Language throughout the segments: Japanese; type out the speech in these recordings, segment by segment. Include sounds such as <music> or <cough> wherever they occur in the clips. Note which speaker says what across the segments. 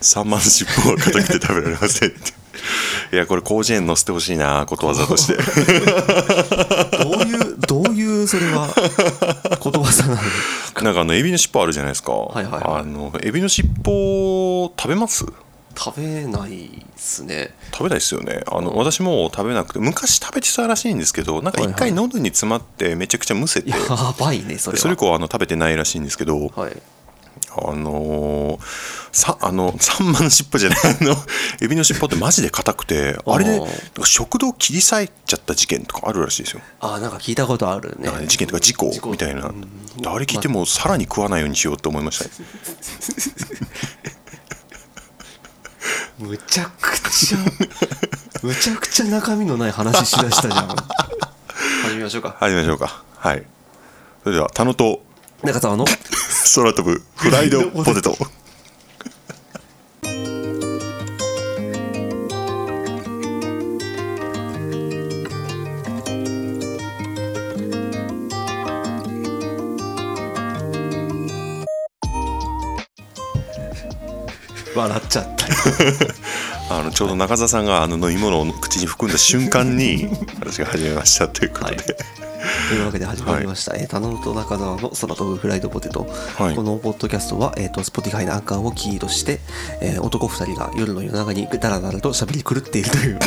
Speaker 1: 3万尻尾は硬くて食べられませんってい
Speaker 2: <laughs>
Speaker 1: やこれ広辞苑載せてほしいなことわざと
Speaker 2: <laughs>
Speaker 1: して
Speaker 2: どういうどういうそれは言葉さなの
Speaker 1: なんかあのエビの尻尾あるじゃないですか、
Speaker 2: いはいはい
Speaker 1: あのエビの尻尾食べます
Speaker 2: 食べないっすね
Speaker 1: 食べないですよねあの、私もう食べなくて昔食べてたらしいんですけどなんか一
Speaker 2: はい
Speaker 1: 回喉に詰まってめちゃくちゃむせて、
Speaker 2: やばいねそ
Speaker 1: で
Speaker 2: れは
Speaker 1: それ以降あの食べてないらしいんですけど、
Speaker 2: はい
Speaker 1: あのーさあのサンマの尻尾じゃないあのエビの尻尾ってマジで硬くて
Speaker 2: あー
Speaker 1: あれでなんか食堂切り裂いちゃった事件とかあるらしいですよ、
Speaker 2: あなんか聞いたことあるね
Speaker 1: なんかね事件とか事故みたいな、
Speaker 2: うん
Speaker 1: あれ聞いてもさらに食わないようにしようって思いましたね
Speaker 2: むちゃくちゃむちゃくちゃ中身のない話しだしたじゃん始めましょうか
Speaker 1: 始めましょうかはいそれでは田野と
Speaker 2: なんかさあの
Speaker 1: 空飛ぶフライドポテト
Speaker 2: 笑っちゃった
Speaker 1: あのちょうど中澤さんがあの飲み物を口に含んだ瞬間に私が始めましたということで、
Speaker 2: というわけで始まりました「えー、頼むと中澤の空飛ぶフライドポテト」
Speaker 1: はい
Speaker 2: このポッドキャストは、えー、と Spotify のアンカーをキーとして、えー男2人が夜の夜中にダラダラと喋り狂っているという、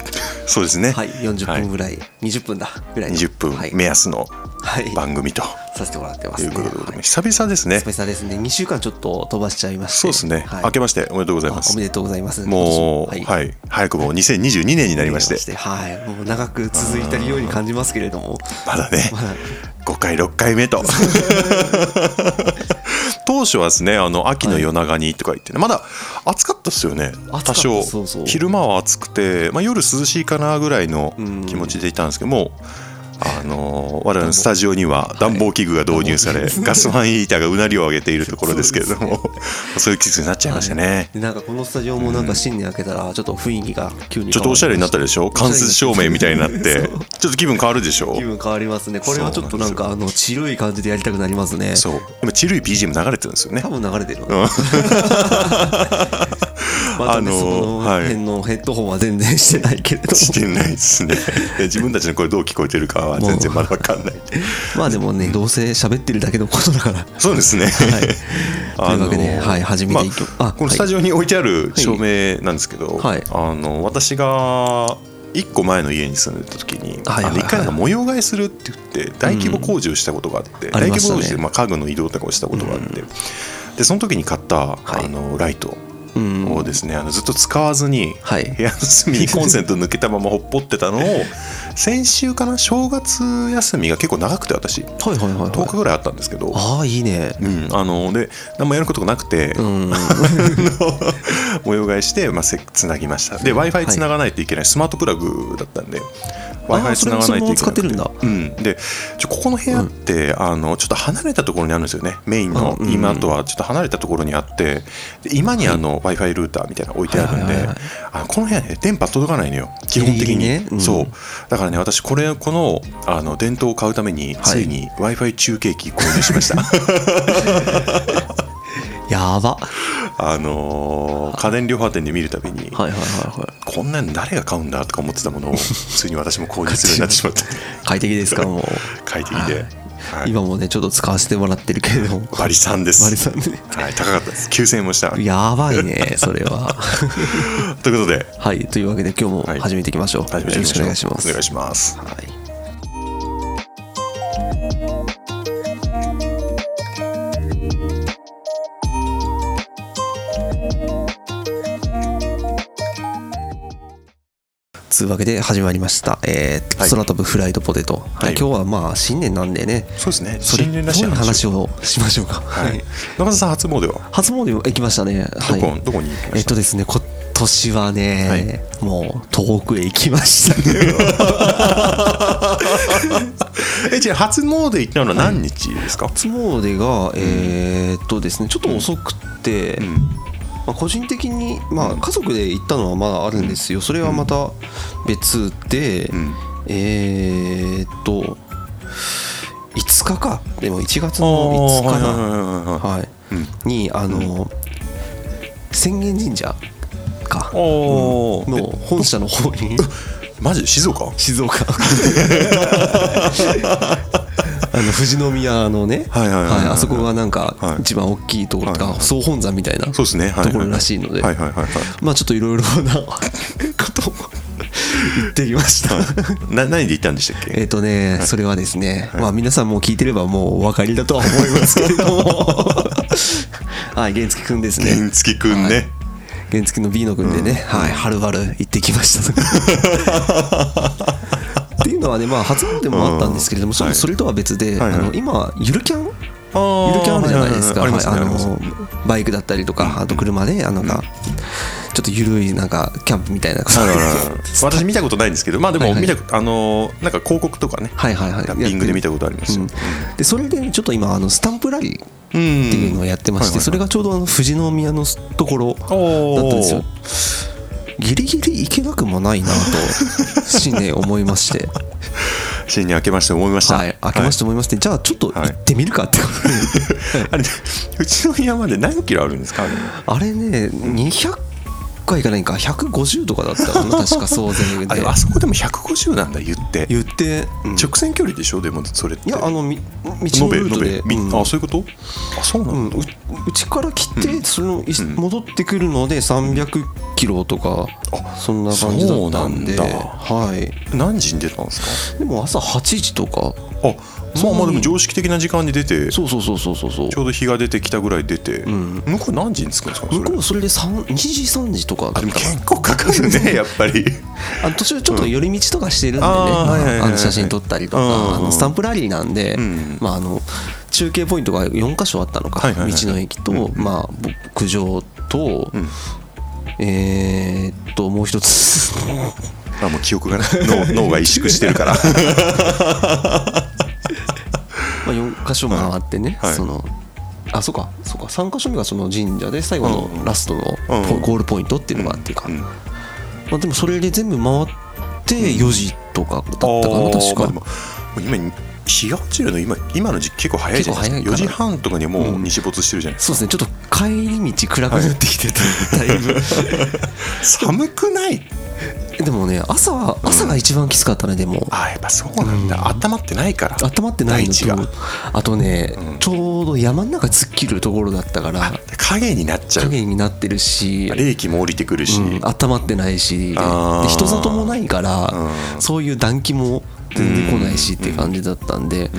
Speaker 1: そうですね
Speaker 2: <laughs> はい、40分ぐ
Speaker 1: らい、
Speaker 2: らい、20分だぐらいの
Speaker 1: 20分
Speaker 2: はい
Speaker 1: 目安の
Speaker 2: はい、
Speaker 1: 番組と
Speaker 2: させてもらってま
Speaker 1: い
Speaker 2: す
Speaker 1: う
Speaker 2: ね
Speaker 1: ことでござい
Speaker 2: はい
Speaker 1: ます久々ですね
Speaker 2: 久々ですね2週間ちょっと飛ばしちゃいまして
Speaker 1: そうですね、
Speaker 2: はい
Speaker 1: 明けましておめでとうございま
Speaker 2: あお
Speaker 1: す
Speaker 2: めでとうございます
Speaker 1: もう、はい
Speaker 2: い
Speaker 1: 早くも2022年になりまして
Speaker 2: はいもう長く続いてるように感じますけれども
Speaker 1: まだね
Speaker 2: まだ
Speaker 1: 5回6回目 <laughs> と当初はですねあの秋の夜長にとか言ってねまだ暑かったですよね
Speaker 2: かった
Speaker 1: 多少
Speaker 2: そうそう
Speaker 1: 昼間は暑くて、まあ、夜涼しいかなぐらいの
Speaker 2: うん
Speaker 1: 気持ちでいたんですけどもあ <laughs> の我々のスタジオには暖房器具が導入され、ガスファンヒーターがうなりを上げているところですけれどもそういう季節になっちゃいましたね、
Speaker 2: でなんかこのスタジオもなんか新年明けたらちょっと雰囲気が急に
Speaker 1: ちょっとおしゃれになったでしょ間接照明みたいになって <laughs> ちょっと気分変わるでしょ
Speaker 2: 気分変わりますねこれはちょっとなんかあのチルい感じでやりたくなりますね
Speaker 1: そう今チルい BGM 流れてるんですよね
Speaker 2: 多分流れてる <laughs> わ、
Speaker 1: ん
Speaker 2: まあね
Speaker 1: あのー
Speaker 2: その辺のヘッドホンは全然してないけれども
Speaker 1: してないです
Speaker 2: <laughs>
Speaker 1: ねで自分たちの声どう聞こえてるかは全然まだ分かんない
Speaker 2: まあでもねどうせ喋ってるだけのことだから
Speaker 1: そうですね、
Speaker 2: い
Speaker 1: <laughs>
Speaker 2: というわけではい始めていき
Speaker 1: まあ
Speaker 2: あ
Speaker 1: このスタジオに置いてある
Speaker 2: はい
Speaker 1: 照明なんですけど、
Speaker 2: はい
Speaker 1: あの私が1個前の家に住んでた時に、
Speaker 2: はいはいはい
Speaker 1: あの1回なんか模様替えするって言って大規模工事をしたことがあって、
Speaker 2: あり
Speaker 1: 大
Speaker 2: ま
Speaker 1: 規
Speaker 2: し
Speaker 1: 模
Speaker 2: たね
Speaker 1: 工事でまあ家具の移動とかをしたことがあって、でその時に買った、
Speaker 2: はい
Speaker 1: あのライト
Speaker 2: うん
Speaker 1: をですねあのずっと使わずに、
Speaker 2: はい
Speaker 1: 部屋の <laughs> 隅にコンセント抜けたままほっぽってたのを
Speaker 2: <laughs>
Speaker 1: 先週かな正月休みが結構長くて私
Speaker 2: はいはいはい、
Speaker 1: 10日
Speaker 2: はい、
Speaker 1: ぐらいあったんですけど、
Speaker 2: ああいいね
Speaker 1: うん、あので何もやることがなくて、
Speaker 2: う
Speaker 1: <laughs>
Speaker 2: ん
Speaker 1: 模様替えして、まあ、せつなぎましたで w i f i つながないといけない、スマートプラグだったんで w i f i つながないといけなく
Speaker 2: それも使ってるんだ
Speaker 1: うん、でちょここの部屋って、あのちょっと離れたところにあるんですよねメインの、
Speaker 2: うんうん
Speaker 1: 今とはちょっと離れたところにあってで今にあの w i f i ルーターみたいなの置いてあるん
Speaker 2: はいはい
Speaker 1: で
Speaker 2: はい
Speaker 1: あのこの部屋ね電波届かないのよ基本的に
Speaker 2: ギリギリねうん
Speaker 1: そうだからね私これこのあの電灯を買うために、
Speaker 2: い
Speaker 1: ついに w i f i 中継機購入しま
Speaker 2: <laughs>
Speaker 1: した
Speaker 2: やば
Speaker 1: あのー家電量販店で見るたびに、
Speaker 2: はいはいはいはい
Speaker 1: こんなん誰が買うんだとか思ってたものを普通に私も購入するようになってしま
Speaker 2: <laughs>
Speaker 1: った
Speaker 2: 快適で
Speaker 1: <laughs>
Speaker 2: すかもう
Speaker 1: 快適で、はい
Speaker 2: 今もねちょっと使わせてもらってるけれども
Speaker 1: バリさんです
Speaker 2: バリさんね
Speaker 1: はい、高かったです9000円もしたという
Speaker 2: やばいねそ
Speaker 1: <laughs>
Speaker 2: れは
Speaker 1: ことで
Speaker 2: はいというわけで今日も
Speaker 1: はい
Speaker 2: 始めていきましょう、
Speaker 1: 始めて
Speaker 2: よ
Speaker 1: いき
Speaker 2: ろ
Speaker 1: ま
Speaker 2: し
Speaker 1: しょ
Speaker 2: く
Speaker 1: う
Speaker 2: お願いします
Speaker 1: お願いします
Speaker 2: はいつうわけで始まりました、えー
Speaker 1: はい
Speaker 2: 空飛ぶフライドポテト、
Speaker 1: はい
Speaker 2: 今日はまあ新年なんでね
Speaker 1: そうですね
Speaker 2: それっ
Speaker 1: 新年らしい
Speaker 2: ぽい
Speaker 1: 話
Speaker 2: 話をしましょうか、 <laughs>
Speaker 1: は
Speaker 2: はい
Speaker 1: い、中田さん初詣は
Speaker 2: 初詣行きましたね、は
Speaker 1: ど
Speaker 2: い、
Speaker 1: こ,、どこに行きま
Speaker 2: えっ
Speaker 1: した、
Speaker 2: とですね、今年はね、もう遠くへ行きましたね、
Speaker 1: えじゃあ初詣行ったのは何日ですか、
Speaker 2: 初詣が、えーっとですね、ちょっと遅くて、
Speaker 1: うん
Speaker 2: まあ、個人的に、まあ、家族で行ったのはまだあるんですよ、それはまた別で、
Speaker 1: ん
Speaker 2: えーっと、5日か、でも1月
Speaker 1: あー
Speaker 2: の5日
Speaker 1: はいはい
Speaker 2: な、
Speaker 1: はいはいはい
Speaker 2: はい
Speaker 1: うん
Speaker 2: に、あの、浅間神社か
Speaker 1: おお、
Speaker 2: の本社の方に
Speaker 1: マジ静岡
Speaker 2: 静
Speaker 1: <laughs>
Speaker 2: 岡あの富士宮のね
Speaker 1: はいはいはいはい
Speaker 2: あそこがなんか
Speaker 1: はい
Speaker 2: 一番大きいところ
Speaker 1: はい
Speaker 2: か
Speaker 1: はい
Speaker 2: 総本山みたいな
Speaker 1: そうですね、はい
Speaker 2: ところらしいので
Speaker 1: はいはいはい、はい
Speaker 2: まあちょっといろいろなことを言ってきました、
Speaker 1: はい、な何で行ったんでしたっけ
Speaker 2: えっ、とね、それはですね、まあ皆さんもう聞いてればもうお分かりだとは思いますけれど
Speaker 1: <laughs>
Speaker 2: もはい原付くんですね
Speaker 1: 原付くんね、
Speaker 2: 原付の B のくんでね、はいはるばる行ってきました
Speaker 1: <laughs>
Speaker 2: っていうのはねまあ初詣もあったんですけれど
Speaker 1: う
Speaker 2: も、
Speaker 1: ん
Speaker 2: それ
Speaker 1: はい
Speaker 2: それとは別で、
Speaker 1: はいはい
Speaker 2: あの今ゆるキャン
Speaker 1: あー
Speaker 2: ゆるキャンあるじゃないですか、
Speaker 1: はは
Speaker 2: はい
Speaker 1: は
Speaker 2: あ
Speaker 1: いありますね、
Speaker 2: のバイクだったりとかあと車であのなんかちょっとゆるいなんかキャンプみたいな <laughs>
Speaker 1: ありますあの <laughs> 私見たことないんですけどまあで
Speaker 2: は
Speaker 1: も
Speaker 2: いはい
Speaker 1: 見たことあのなんか広告とかね
Speaker 2: はいはいはい
Speaker 1: ラッピングで見たことあります
Speaker 2: う
Speaker 1: よ
Speaker 2: んでそれでちょっと今あのスタンプラリーっ
Speaker 1: うん、
Speaker 2: ていうのをやってまして、
Speaker 1: うんはいはいはい
Speaker 2: それがちょうどあの富士宮のところだったん
Speaker 1: おー
Speaker 2: ですよギリギリ行けなくもない
Speaker 1: <laughs>
Speaker 2: なと新年思いまして
Speaker 1: 新年明けまして思いました、
Speaker 2: はい開けまして思いまして、じゃあちょっと行ってみるかってことで、
Speaker 1: はいあれうちの山で何キロあるんですかあれ <laughs>
Speaker 2: あれね200回いかないか150とかだったのかな
Speaker 1: <laughs>
Speaker 2: 確か総勢
Speaker 1: あ
Speaker 2: で
Speaker 1: れあそこでも150なんだ言って
Speaker 2: 言って、うん
Speaker 1: 直線距離でしょでもそれって
Speaker 2: いやあのみ道
Speaker 1: 延
Speaker 2: の
Speaker 1: べ
Speaker 2: ルー
Speaker 1: 延
Speaker 2: トで
Speaker 1: べ、み
Speaker 2: うん
Speaker 1: あそういうことあそうな
Speaker 2: うんん、
Speaker 1: だ、
Speaker 2: ううちから来てそのい戻ってくるので300キロとか
Speaker 1: あ
Speaker 2: そんな感じだったんで
Speaker 1: そうなんだ
Speaker 2: はい
Speaker 1: 何時に出たんですか
Speaker 2: でも朝8時とか
Speaker 1: あまあまあでも常識的な時間に出て
Speaker 2: そうそうそうそうそうそう
Speaker 1: ちょうど日が出てきたぐらい出て、
Speaker 2: ん
Speaker 1: 向こう何時に着くんですかそれ
Speaker 2: 向こうはそれで3 2時3時とかだっ
Speaker 1: あ
Speaker 2: た
Speaker 1: で
Speaker 2: か
Speaker 1: も
Speaker 2: な
Speaker 1: 結構かかるねやっぱ
Speaker 2: <laughs>
Speaker 1: り
Speaker 2: あの途中ちょっと寄り道とかしてるんでね
Speaker 1: うんあーはいはいはいはい
Speaker 2: あの写真撮ったりと
Speaker 1: うん
Speaker 2: かあのスタンプラリーなんで、
Speaker 1: うん
Speaker 2: まあ、あの中継ポイントが4か所あったのか、
Speaker 1: はいはいはい
Speaker 2: 道の駅と、まあ、牧場と、
Speaker 1: ん
Speaker 2: えーっともう一つ
Speaker 1: あもう記憶 <laughs> がない脳脳が萎縮してるから
Speaker 2: まあ4箇所回ってね、
Speaker 1: はいはい
Speaker 2: そのあそうかそうか3箇所目がその神社で最後
Speaker 1: うんう
Speaker 2: の
Speaker 1: ん
Speaker 2: ラストのポ
Speaker 1: うんうん
Speaker 2: ゴールポイントっていうのがあってか、
Speaker 1: うん
Speaker 2: まあ、でもそれで全部回って4時とかだったかな、確
Speaker 1: まあ
Speaker 2: か
Speaker 1: でももう今日が落ちるの今今の時期結構早いじゃないですか
Speaker 2: 結構
Speaker 1: 4
Speaker 2: 早
Speaker 1: 時
Speaker 2: いか
Speaker 1: 半とかにもう日没してるじゃ
Speaker 2: <laughs>
Speaker 1: ないです
Speaker 2: そうですねちょっと帰り道暗くなってきてた、
Speaker 1: <laughs>
Speaker 2: だいぶ
Speaker 1: か、寒くない
Speaker 2: でもね朝は朝が一番きつかったねでも
Speaker 1: あやっぱそうなんだ、温まってないから
Speaker 2: 温まってないの
Speaker 1: 大地が
Speaker 2: とあとね、
Speaker 1: うん
Speaker 2: ちょうど山の中突っ切るところだったから
Speaker 1: 影になっちゃう
Speaker 2: 影になってるし、
Speaker 1: 冷気も降りてくるし、
Speaker 2: うん、温まってないしで
Speaker 1: あー
Speaker 2: 人里もないから
Speaker 1: うん
Speaker 2: そういう暖気も全然来ないしっていう感じだったんで、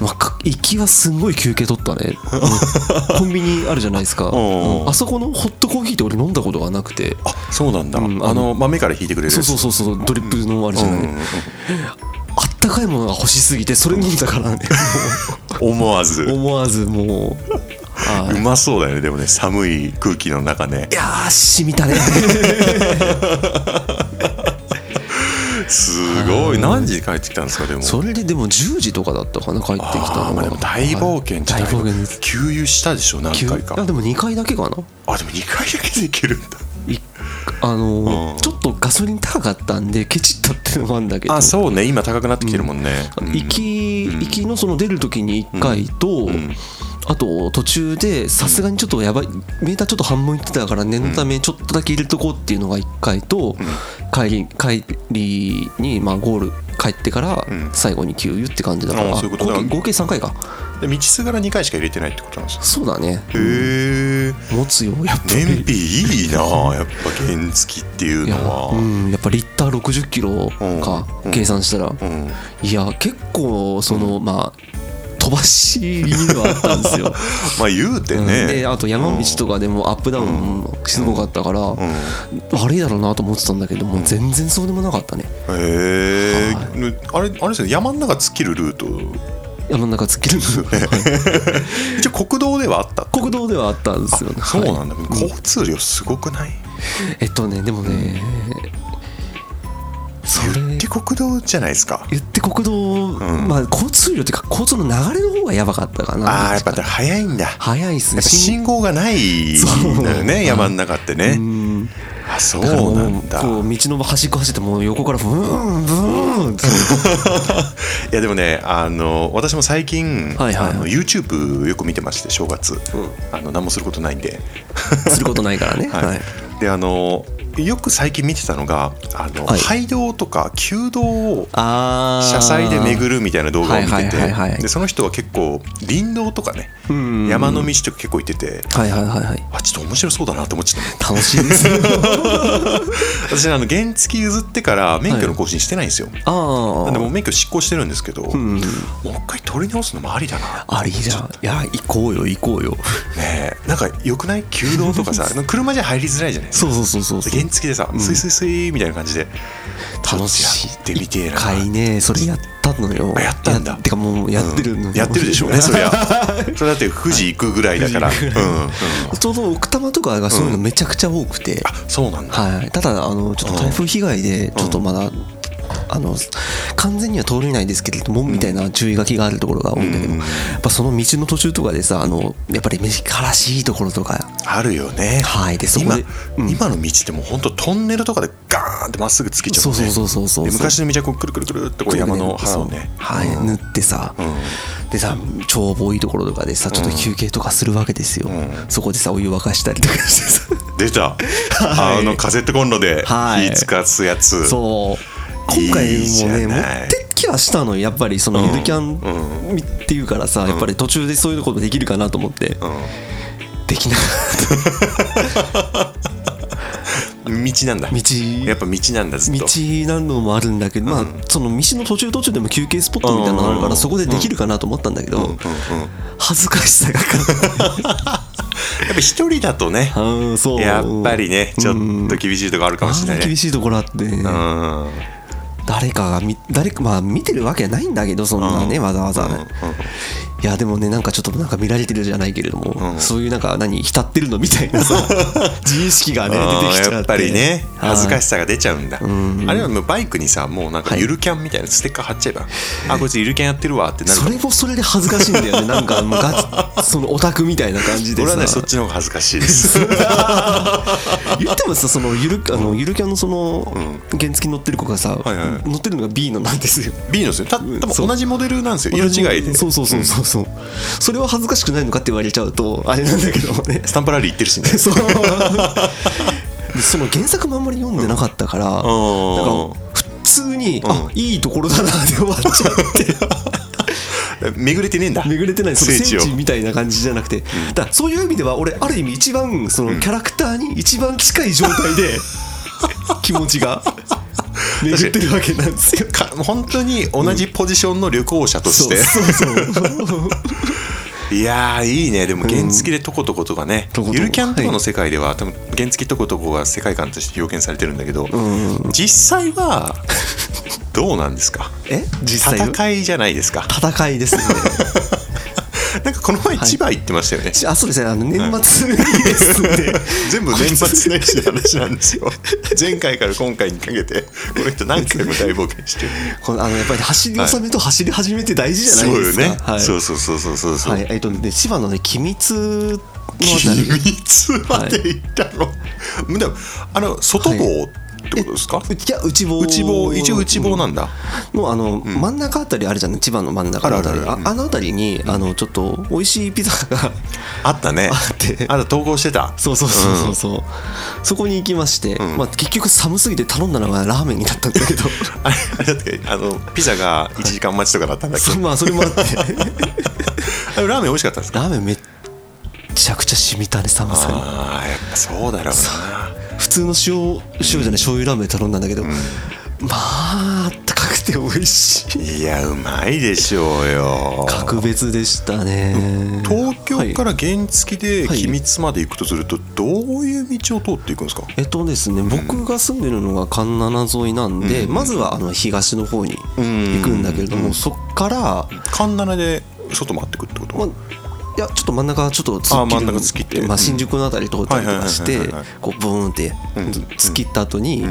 Speaker 2: まあ、か行きはすごい休憩取っ
Speaker 1: <laughs>
Speaker 2: たねうんコンビニあるじゃないですか、
Speaker 1: ん
Speaker 2: うんあそこのホットコーヒーって俺飲んだことがなくて
Speaker 1: あそうなんだ、
Speaker 2: うん
Speaker 1: あの豆から引いてくれる
Speaker 2: そうそううそうそうドリップのあれじゃない、
Speaker 1: んうん
Speaker 2: あったかいものが欲しすぎてそれ飲ん
Speaker 1: <laughs>
Speaker 2: だからね
Speaker 1: 思わず
Speaker 2: もう思わずもうあ
Speaker 1: うまそうだよねでもね寒い空気の中ね
Speaker 2: いやーしみ
Speaker 1: <laughs>
Speaker 2: たね
Speaker 1: すごい何時に帰ってきたんですかでも
Speaker 2: それででも10時とかだったかな帰ってきた
Speaker 1: あー
Speaker 2: の
Speaker 1: ま
Speaker 2: は
Speaker 1: あでも大冒険じゃ
Speaker 2: 大
Speaker 1: ない
Speaker 2: 冒険です
Speaker 1: 給油したでしょ何
Speaker 2: 急
Speaker 1: 回か
Speaker 2: あでも2回だけかな
Speaker 1: あでも2回だけでいけるんだ
Speaker 2: いあのー
Speaker 1: うん
Speaker 2: ちょっとガソリン高かったんでケチったっていうのもあるんだけど
Speaker 1: あそうね今高くなってきてるもんね、うん
Speaker 2: 行き行きのその出る時に1回と、
Speaker 1: ん
Speaker 2: あと途中でさすがにちょっとやばいメーターちょっと半分いってたから念のためちょっとだけ入れとこうっていうのが1回と、帰り帰りにまあゴール帰ってから
Speaker 1: ん
Speaker 2: 最後に給油って感じだから、
Speaker 1: あそういうこと
Speaker 2: 合計
Speaker 1: だから
Speaker 2: 合計3回か
Speaker 1: で道すがら2回しか入れてないってことなんですか
Speaker 2: そうだね
Speaker 1: へえ
Speaker 2: 持つよやっぱり
Speaker 1: 燃費いいなあやっぱ原付っていうの
Speaker 2: いや
Speaker 1: は
Speaker 2: うん、やっぱリッター60キロか、
Speaker 1: うん
Speaker 2: 計算したら、
Speaker 1: うん
Speaker 2: いや結構その、まあ飛ばし気味ではあったんで
Speaker 1: <laughs>
Speaker 2: すよ
Speaker 1: まあ言うてね、
Speaker 2: うんであと山道とかでもアップダウンもすごかったから、悪いだろうなと思ってたんだけどもう全然そうでもなかったね
Speaker 1: へえ、あれあれですよね山の中突っ切るルート
Speaker 2: 山の中突っ切る
Speaker 1: 一応国道ではあったって
Speaker 2: 国道ではあったんですよね
Speaker 1: そうなんだ、
Speaker 2: はい
Speaker 1: 交通量すごくない
Speaker 2: えっとねでもねそれ
Speaker 1: 言って国道じゃないですか
Speaker 2: 言って国道、
Speaker 1: ん
Speaker 2: まあ交通量っていうか交通の流れの方がやばかったかな
Speaker 1: ああやっぱだから早いんだやっ
Speaker 2: 早いっす
Speaker 1: ぱ
Speaker 2: ね
Speaker 1: 信号がないんだよね山の中ってね
Speaker 2: うん
Speaker 1: あそ
Speaker 2: だからも
Speaker 1: うなんだ
Speaker 2: こう道の端っこ走ってもう横からブーンブーンって
Speaker 1: いやでもねあの私も最近、
Speaker 2: はいはいはい
Speaker 1: あの YouTube よく見てまして正月、あの何もすることないんで、
Speaker 2: することないからね。
Speaker 1: はい
Speaker 2: はい。
Speaker 1: であのよく最近見てたのがあの、
Speaker 2: はい
Speaker 1: 廃道とか旧道を
Speaker 2: ああ。
Speaker 1: 車載で巡るみたいな動画を見てて
Speaker 2: はいはいはいはい
Speaker 1: でその人は結構林道とかね、
Speaker 2: うん
Speaker 1: 山の道とか結構行ってて
Speaker 2: はいはいはいはい。
Speaker 1: あちょっと面白そうだなと思っちゃった
Speaker 2: 楽しいですね。
Speaker 1: <laughs> 私あの原付譲ってから免許の更新してないんですよ、
Speaker 2: ああ。
Speaker 1: でもう免許執行してるんですけど、もう一回取り直すのもありだな
Speaker 2: ありじゃん。いや、行こうよ、行こうよ。
Speaker 1: ねえなんかよくない旧道とか
Speaker 2: <laughs>
Speaker 1: さなんか車じゃ入りづらいじゃないです
Speaker 2: そ
Speaker 1: か
Speaker 2: うそうそうそう
Speaker 1: で
Speaker 2: そう。
Speaker 1: 原付でさ、スイスイスイみたいな感じで
Speaker 2: 楽しい。
Speaker 1: ちょっとやってみてえな
Speaker 2: 一回ね、それやったのよ。
Speaker 1: あやったんだ
Speaker 2: てかもうやってるの。
Speaker 1: やってるでしょ
Speaker 2: <laughs>
Speaker 1: うねそりゃそれだって富士行くぐらいだから、うん、うん、
Speaker 2: ちょうど奥多摩とかがそういうのめちゃくちゃ多くて。
Speaker 1: あそうなんだ、
Speaker 2: はい、ただあのちょっと台風被害でちょっとまだ、あの完全には通れないですけれども、みたいな注意書きがあるところが多いんだけど、やっぱその道の途中とかでさあのやっぱり目からしいところとか
Speaker 1: あるよね
Speaker 2: はいでそこ
Speaker 1: 今
Speaker 2: で、うん
Speaker 1: 今の道ってもう本当トンネルとかでガーンってまっすぐつけちゃ
Speaker 2: そうう
Speaker 1: ね
Speaker 2: そうそうそうそう
Speaker 1: で昔の道はこうくるくるくるってこう山の腹をね
Speaker 2: そうはい、塗ってさ、でさ超遠いところとかでさちょっと休憩とかするわけですよ、そこでさお湯沸かしたりとかしてさ
Speaker 1: 出た、あのカセットコンロで
Speaker 2: はい
Speaker 1: 火使すやつ、
Speaker 2: そう今回
Speaker 1: いいじ
Speaker 2: も
Speaker 1: ゃ
Speaker 2: ね持
Speaker 1: ない
Speaker 2: ってきはしたのよやっぱりそのゆるキャ
Speaker 1: う
Speaker 2: ンっていうからさやっぱり途中でそういうことできるかなと思ってできなかっ
Speaker 1: うん、道なんだ
Speaker 2: <laughs> た道
Speaker 1: やっぱ道なんだずっと
Speaker 2: 道なのもあるんだけどまあその道の途中途中でも休憩スポットみたいなのあるか
Speaker 1: うん
Speaker 2: らそこでできるかなと思ったんだけど
Speaker 1: うんうん
Speaker 2: 恥ずかしさ
Speaker 1: <laughs>
Speaker 2: が
Speaker 1: やっぱ一人だとね
Speaker 2: うんそう
Speaker 1: やっぱりねちょっと厳しいとこあるかもしれ
Speaker 2: あ
Speaker 1: ない
Speaker 2: ー厳
Speaker 1: ね
Speaker 2: しいところあって
Speaker 1: うんうん
Speaker 2: 誰かがみ誰かまあ見てるわけないんだけどそんなねわざわざいやでもねなんかちょっとなんか見られてるじゃないけれども、
Speaker 1: うん
Speaker 2: そういうなんか何浸ってるのみたい
Speaker 1: <laughs>
Speaker 2: なさ自意識がね出てきちゃって
Speaker 1: やっぱりね恥ずか
Speaker 2: しい
Speaker 1: しさが出ちゃうんだあれはもうバイクにさもうなんかゆるキャンみたいなステッカー貼っちゃえばあこいつゆるキャンやってるわってなる
Speaker 2: そ
Speaker 1: から
Speaker 2: れもそれで恥ずかしいんだよねなんかもうガチそのオタクみたいな感じで
Speaker 1: 俺
Speaker 2: さ
Speaker 1: はねそっちの方が恥ずかしいです
Speaker 2: 言ってもさそのゆるあのゆるキャンのその原付に乗ってる子がさ、
Speaker 1: はいはい
Speaker 2: 乗ってるのが B のなんですよ
Speaker 1: B のですよた多分
Speaker 2: そう
Speaker 1: 同じモデルなんですよ色違いで
Speaker 2: そうそうそうそうそうそれは恥ずかしくないのかって言われちゃうとあれなんだけどね
Speaker 1: スタンプラリー行ってるしね
Speaker 2: <laughs> そう
Speaker 1: <laughs>
Speaker 2: でその原作もあんまり読んでなかったから、なん
Speaker 1: ー
Speaker 2: か普通に、あいいところだなって終わっちゃ
Speaker 1: <laughs>
Speaker 2: って
Speaker 1: 巡れてねえんだ
Speaker 2: 巡れてないその
Speaker 1: 聖
Speaker 2: 聖
Speaker 1: 地を
Speaker 2: 地みたいな感じじゃなくて、だからそういう意味では俺ある意味一番そのキャラクターに一番近い状態
Speaker 1: <laughs>
Speaker 2: で気持ちが巡ってるわけなん
Speaker 1: <laughs>
Speaker 2: ですよ。
Speaker 1: か本当に同じポジションの旅行者とし
Speaker 2: そう
Speaker 1: て、
Speaker 2: そうそう
Speaker 1: <laughs> いやーいいねでも原付でとことことがね、
Speaker 2: とことこ
Speaker 1: ゆるキャンとかの世界では、多分原付とことこが世界観として表現されてるんだけど、実際はどうなんですか
Speaker 2: え実際
Speaker 1: 戦いじゃないですか
Speaker 2: 戦
Speaker 1: <laughs>
Speaker 2: いですね。
Speaker 1: なんかこの前
Speaker 2: い
Speaker 1: 千葉行ってましたよね、
Speaker 2: あそうですねあの年末にですんで。
Speaker 1: 全部年末年始の話なんですよ <laughs> 前回から今回にかけてこの人何回も大冒険してる
Speaker 2: このあのやっぱり走り納めと走り始めって大事じゃないですか。
Speaker 1: そうよね、
Speaker 2: はい、
Speaker 1: そうそうそうそうそうそう、
Speaker 2: はい、えっとね、千葉のね、君津のあたり。
Speaker 1: 秘密まで行ったの、でもあの外房ってことですか、
Speaker 2: うちいや内房
Speaker 1: 内房一応内房なんだ、
Speaker 2: のあの、真ん中あたりあるじゃん千葉の真ん中のあた
Speaker 1: ある
Speaker 2: り
Speaker 1: あるある
Speaker 2: ああのあたりにあのちょっと美味しいピザが <laughs>
Speaker 1: あったね
Speaker 2: あって
Speaker 1: あと投稿してた
Speaker 2: そうそうそうそうそう、そこに行きまして、まあ、結局寒すぎて頼んだのがラーメンになったんだ
Speaker 1: <laughs>
Speaker 2: けど
Speaker 1: あれあれだってあのピザが1時間待ちとかだったんだけど
Speaker 2: そ、まあそれもあって <laughs>
Speaker 1: あれラーメン美味しかったんですか
Speaker 2: ラーメンめっちゃくちゃ染みたね寒さに
Speaker 1: ああやっぱそうだろうな
Speaker 2: 普通の塩塩じゃない醤油ラーメン頼んだんだけど、まああったかくて美味し
Speaker 1: い
Speaker 2: い
Speaker 1: やうまいでしょうよ
Speaker 2: 格別でしたね、
Speaker 1: 東京から
Speaker 2: はい
Speaker 1: ら原付で
Speaker 2: はい
Speaker 1: 秘密まで行くとするとどういう道を通っていくんですか
Speaker 2: えっとですね僕が住んでるのが環七沿いなんで、まずはあの東の方に行くんだけれども、そっから、
Speaker 1: 神奈で外回ってくってこと、
Speaker 2: まあいやちょっと真ん中はちょっと突
Speaker 1: あ
Speaker 2: っ
Speaker 1: 真
Speaker 2: 切
Speaker 1: ん
Speaker 2: る
Speaker 1: 中突っ切って
Speaker 2: ま
Speaker 1: うん
Speaker 2: あ、新宿のあたり通ったりとかして
Speaker 1: はいはいはいはいはい
Speaker 2: こうブーンって突っ切った後に、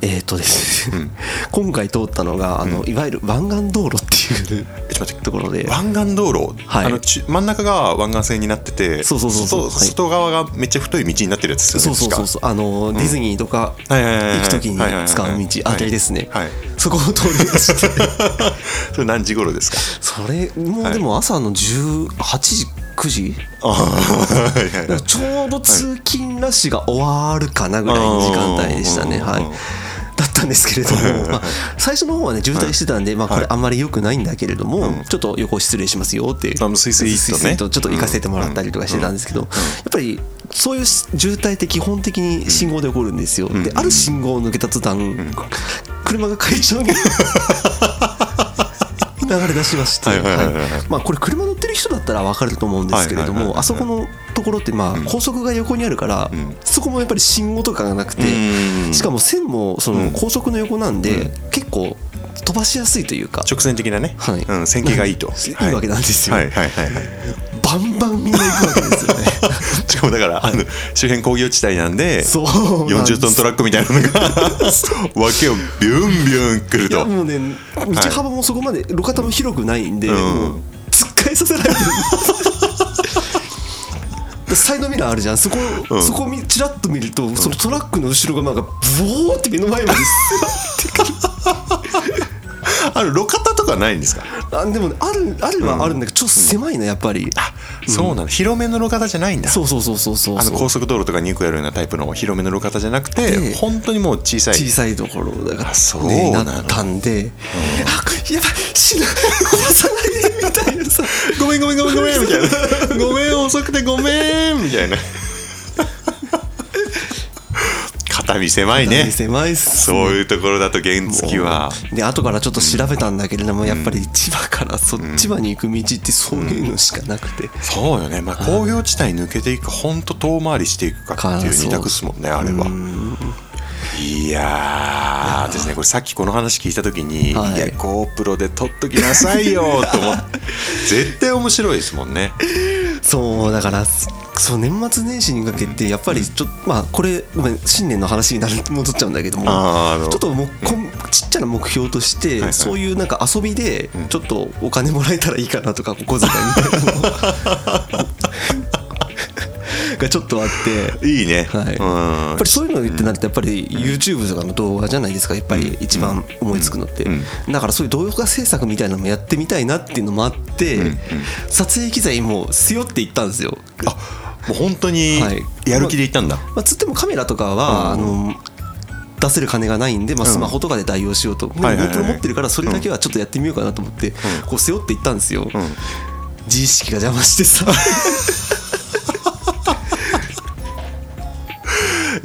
Speaker 2: えーっとですね、今回通ったのがあのいわゆる湾岸道路っていう
Speaker 1: えちょっと待って
Speaker 2: ところで
Speaker 1: 湾岸道路、
Speaker 2: はい
Speaker 1: あのち真ん中が湾岸線になってて
Speaker 2: そうそうそうそう
Speaker 1: 外
Speaker 2: はい
Speaker 1: 外側がめっちゃ太い道になってるやつです
Speaker 2: そ
Speaker 1: よ
Speaker 2: う
Speaker 1: ね
Speaker 2: そうそうそうあのディズニーとか
Speaker 1: 確かはいはいはいはい
Speaker 2: 行く時
Speaker 1: はいはいは
Speaker 2: に
Speaker 1: い
Speaker 2: 使う道あれですね
Speaker 1: はい、
Speaker 2: そこを通りまして
Speaker 1: <laughs> それ何時頃ですか
Speaker 2: それもうでも朝の18時9時
Speaker 1: あはいはいはい
Speaker 2: ちょうど通勤ラッシュが終わるかなぐらいの時間帯でしたね。
Speaker 1: は
Speaker 2: はいいだったんですけれど
Speaker 1: <laughs>
Speaker 2: も、まあ、最初の方はね渋滞してたんで、まあ、これあんまり良くないんだけれども、ちょっと横失礼しますよっていう
Speaker 1: あもうスイスイっとね
Speaker 2: スイスイとちょっと行かせてもらったりとかしてたんですけど、やっぱりそういう渋滞って基本的に信号で起こるんですよ、である信号を抜けた途端、車が会
Speaker 1: <laughs>
Speaker 2: 長に <laughs> 流れ出しまして、
Speaker 1: はいはいはいはい
Speaker 2: はいまあ、これ車乗ってる人だったら分かると思うんですけれ
Speaker 1: は
Speaker 2: ど
Speaker 1: いはいはいはい
Speaker 2: もあそこのところってまあ高速が横にあるから、そこもやっぱり信号とかがなくて、
Speaker 1: うん
Speaker 2: しかも線もその高速の横なんで、結構飛ばしやすいというか、
Speaker 1: 直線的なね、
Speaker 2: はい
Speaker 1: うん、線形がいい
Speaker 2: <laughs>
Speaker 1: と
Speaker 2: いいわけなんですよ、
Speaker 1: はいはいはいはい
Speaker 2: バンバンみんな行くわけで
Speaker 1: <laughs>
Speaker 2: すよね
Speaker 1: しかもだから、あの周辺工業地帯なんで
Speaker 2: そうなんです
Speaker 1: 40トントラックみたいなのが脇をビュンビュン来る
Speaker 2: いや
Speaker 1: と
Speaker 2: もうね道幅もそこまで路肩も広くないんで、
Speaker 1: うん
Speaker 2: もう突っかえさせられてる <laughs> でサイドミラーあるじゃんそこ、
Speaker 1: ん
Speaker 2: そこを見チラッと見ると、そのトラックの後ろがなんかブオーって目の前まで
Speaker 1: あの路肩とかないんですか
Speaker 2: あでもねあるあるはあるんだけどちょっと狭いなやっぱり、
Speaker 1: そうなの広めの路肩じゃないんだ
Speaker 2: そうそうそうそうそう
Speaker 1: あの
Speaker 2: そう
Speaker 1: 高速道路とかによくやるようなタイプの広めの路肩じゃなくて
Speaker 2: ええ
Speaker 1: 本当にもう小さい
Speaker 2: 小さいところだから
Speaker 1: あそう
Speaker 2: ね
Speaker 1: な
Speaker 2: な
Speaker 1: の
Speaker 2: ったんで、あこれやばい死ぬ殺さないでみたいなさ
Speaker 1: <laughs> ごめんごめんごめんごめんみたいな
Speaker 2: <laughs>
Speaker 1: ごめん遅くてごめんみたいな肩身狭いね
Speaker 2: 狭いっす
Speaker 1: そういうところだと原付は
Speaker 2: で後からちょっと調べたんだけれども、やっぱり千葉からそっちまに行く道ってそういうのしかなくて、
Speaker 1: そうよねまあ工業地帯抜けていくかほんと遠回りしていくかっていう二択ですもんねあれはいやーですねこれさっきこの話聞いた時に「いや
Speaker 2: はい
Speaker 1: GoPro で撮っときなさ
Speaker 2: <laughs>
Speaker 1: いよ」と思って絶対面白いですもんね
Speaker 2: そうだからそう年末年始にかけてやっぱりちょっとまあこれごめん新年の話になる戻っちゃうんだけども
Speaker 1: あーあの
Speaker 2: ちょっともうこんちっちゃな目標として、
Speaker 1: はい
Speaker 2: そういうなんか遊びでちょっとお金もらえたらいいかなとかお小遣いみたいなのがちょっとあって。
Speaker 1: いいね、
Speaker 2: はい、や
Speaker 1: う
Speaker 2: っ
Speaker 1: ん
Speaker 2: ぱりそういうのってなるとやっぱり YouTube とかの動画じゃないですかやっぱり一番思いつくのって、
Speaker 1: ん
Speaker 2: だからそういう動画制作みたいなのもやってみたいなっていうのもあって、撮影機材も背負っていったんですよ。
Speaker 1: もう本当に
Speaker 2: はい
Speaker 1: やる気で行ったんだ、
Speaker 2: まあ、つってもカメラとかは、あの出せる金がないんで、まあ、スマホとかで代用しようと、
Speaker 1: はいはいはい
Speaker 2: GoPro 持ってるからそれだけはちょっとやってみようかなと思って、こう背負っていったんですよ、自意識が邪魔し
Speaker 1: <laughs>
Speaker 2: てさ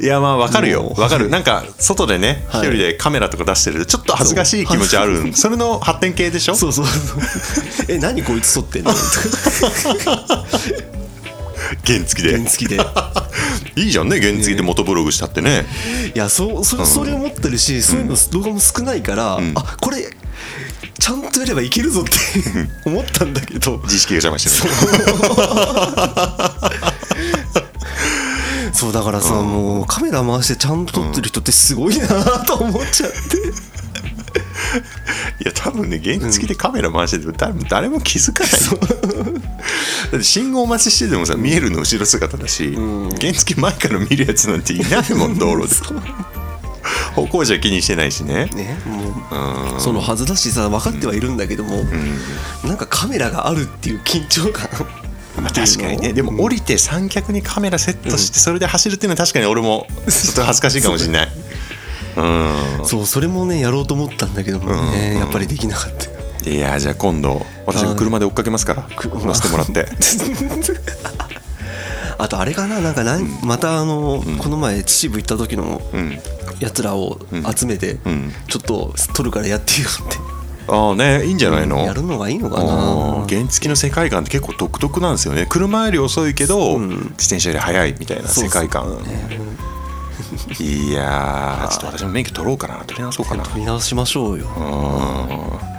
Speaker 1: いやまあわかるよ
Speaker 2: もう
Speaker 1: わかるなんか外でね一
Speaker 2: はい
Speaker 1: 人でカメラとか出してるとちょっと恥ずかしい気持ちあるそれの発展系でしょ
Speaker 2: そうそうそう「え何こいつ撮
Speaker 1: <laughs>
Speaker 2: ってんの?」とか
Speaker 1: 原付で
Speaker 2: 原付で。
Speaker 1: いいじゃんね原付で元ブログしたってね
Speaker 2: いやそうそそれを持ってるし、そういうの動画も少ないから、あこれちゃんとやればいけるぞって <laughs> 思ったんだけど
Speaker 1: 自意識が邪魔してる
Speaker 2: そうだからさ、もうカメラ回してちゃんと撮ってる人ってすごいなと思っちゃって、
Speaker 1: <laughs> いや多分ね原付でカメラ回してても多分誰も気づか <laughs> ないよだって信号待ちしててもさ見えるの後ろ姿だし原付前から見るやつなんていないもん道路で
Speaker 2: <laughs> そう
Speaker 1: 歩行者気にしてないしね
Speaker 2: ねもうそのはずだしさ分かってはいるんだけども、なんかカメラがあるっていう緊張感
Speaker 1: まあ確かにねで
Speaker 2: う
Speaker 1: も
Speaker 2: ん
Speaker 1: 降りて三脚にカメラセットしてそれで走るっていうのは確かに俺もちょっと恥ずかしいかもしれ
Speaker 2: <laughs>
Speaker 1: ないうん
Speaker 2: そうそれもねやろうと思ったんだけどもね、やっぱりできなかった
Speaker 1: いやじゃあ今度私が車で追っかけますから
Speaker 2: く
Speaker 1: 乗せても
Speaker 2: <laughs>
Speaker 1: らって
Speaker 2: あとあれかななんかなん、またあの、この前秩父行った時の
Speaker 1: ん
Speaker 2: やつらを集めて、
Speaker 1: ん
Speaker 2: ちょっと撮るからやってよっ
Speaker 1: ああねいいんじゃないの
Speaker 2: てやるのがいいのか
Speaker 1: あ
Speaker 2: な
Speaker 1: ー原付の世界観って結構独特なんですよね車より遅いけど、自転車より速いみたいな世界観、いやーちょっと私も免許取ろうかな取り直そうかな
Speaker 2: 見直しましょうよ
Speaker 1: うん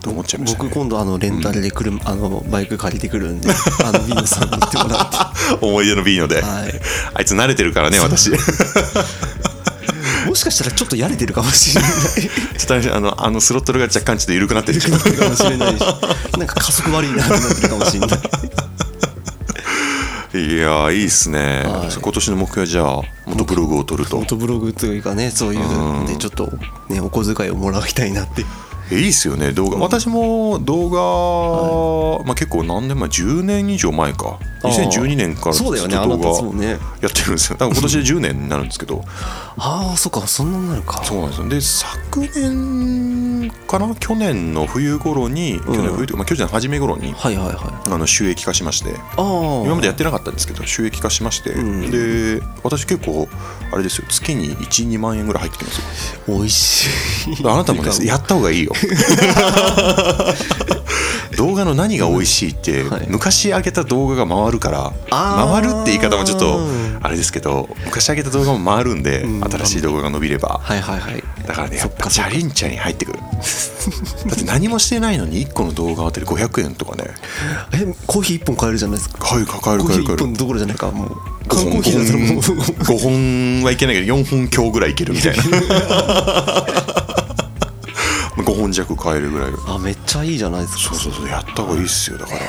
Speaker 1: と思っちゃいました、
Speaker 2: 僕
Speaker 1: ね、
Speaker 2: 今度あのレンタルで車、あのバイク借りてくるん
Speaker 1: <laughs>
Speaker 2: であのビーノさんに行ってもらって
Speaker 1: 思い出のビーノで、
Speaker 2: はい
Speaker 1: あいつ慣れてるからね私
Speaker 2: もしかしたらちょっとやれてるかも
Speaker 1: <laughs>
Speaker 2: しれない
Speaker 1: ちょっとあのあのスロットルが若干ちょっと緩くなってる
Speaker 2: 緩くなってるかもしれないしなんか加速悪いなってなってるかもしれ
Speaker 1: <laughs>
Speaker 2: ない
Speaker 1: <laughs> いやーいいっすね、
Speaker 2: はい
Speaker 1: 今年の目標はじゃあ元ブログを取ると
Speaker 2: 元ブログというかねそういうのでちょっとねお小遣いをもらいたいなって
Speaker 1: えいいっすよね動画私も動画、まあ、結構何年前10年以上前か
Speaker 2: あー
Speaker 1: 2012年からずっ
Speaker 2: そうだよ
Speaker 1: と
Speaker 2: ねあな
Speaker 1: 動
Speaker 2: たそう
Speaker 1: 画
Speaker 2: ね
Speaker 1: やってるんですよだから今年で10年になるんですけど
Speaker 2: ああそっかそんなになるか
Speaker 1: そうなんですよで昨年かな去年の冬頃に去年の冬というか、まあ、去年の初め頃に
Speaker 2: はいはいはいあ
Speaker 1: あの収益化しまして
Speaker 2: あー
Speaker 1: 今までやってなかったんですけど収益化しまして、
Speaker 2: ん
Speaker 1: で私結構あれですよ月に12万円ぐらい入ってきますよ
Speaker 2: 美味しい <laughs>
Speaker 1: あなたもね、やった方がいいよ。動画の何が美味しいって、
Speaker 2: はい
Speaker 1: 昔上げた動画が回るから
Speaker 2: あー
Speaker 1: 回るって言い方もちょっとあれですけど昔上げた動画も回るんで、
Speaker 2: うん
Speaker 1: 新しい動画が伸びれば
Speaker 2: はいはいはい
Speaker 1: だからねや
Speaker 2: そ
Speaker 1: っ
Speaker 2: っ
Speaker 1: ぱ
Speaker 2: か
Speaker 1: チ
Speaker 2: そっ
Speaker 1: ャ
Speaker 2: か
Speaker 1: リンチャリン入ってくるだって何もしてないのに1個の動画あたり500円とかね
Speaker 2: えコーヒー1本買えるじゃないですか
Speaker 1: はい抱える
Speaker 2: コ
Speaker 1: 抱
Speaker 2: ーヒ
Speaker 1: える抱
Speaker 2: ー1
Speaker 1: え
Speaker 2: 本
Speaker 1: る
Speaker 2: どころじゃないかもう缶コーヒーだったらもう
Speaker 1: 5本はいけないけど4本強ぐらいいけるみたいな5本弱買えるぐらい
Speaker 2: <laughs> あめっちゃいいじゃないですか
Speaker 1: そうそうそうやった方がいいっすよだから、あ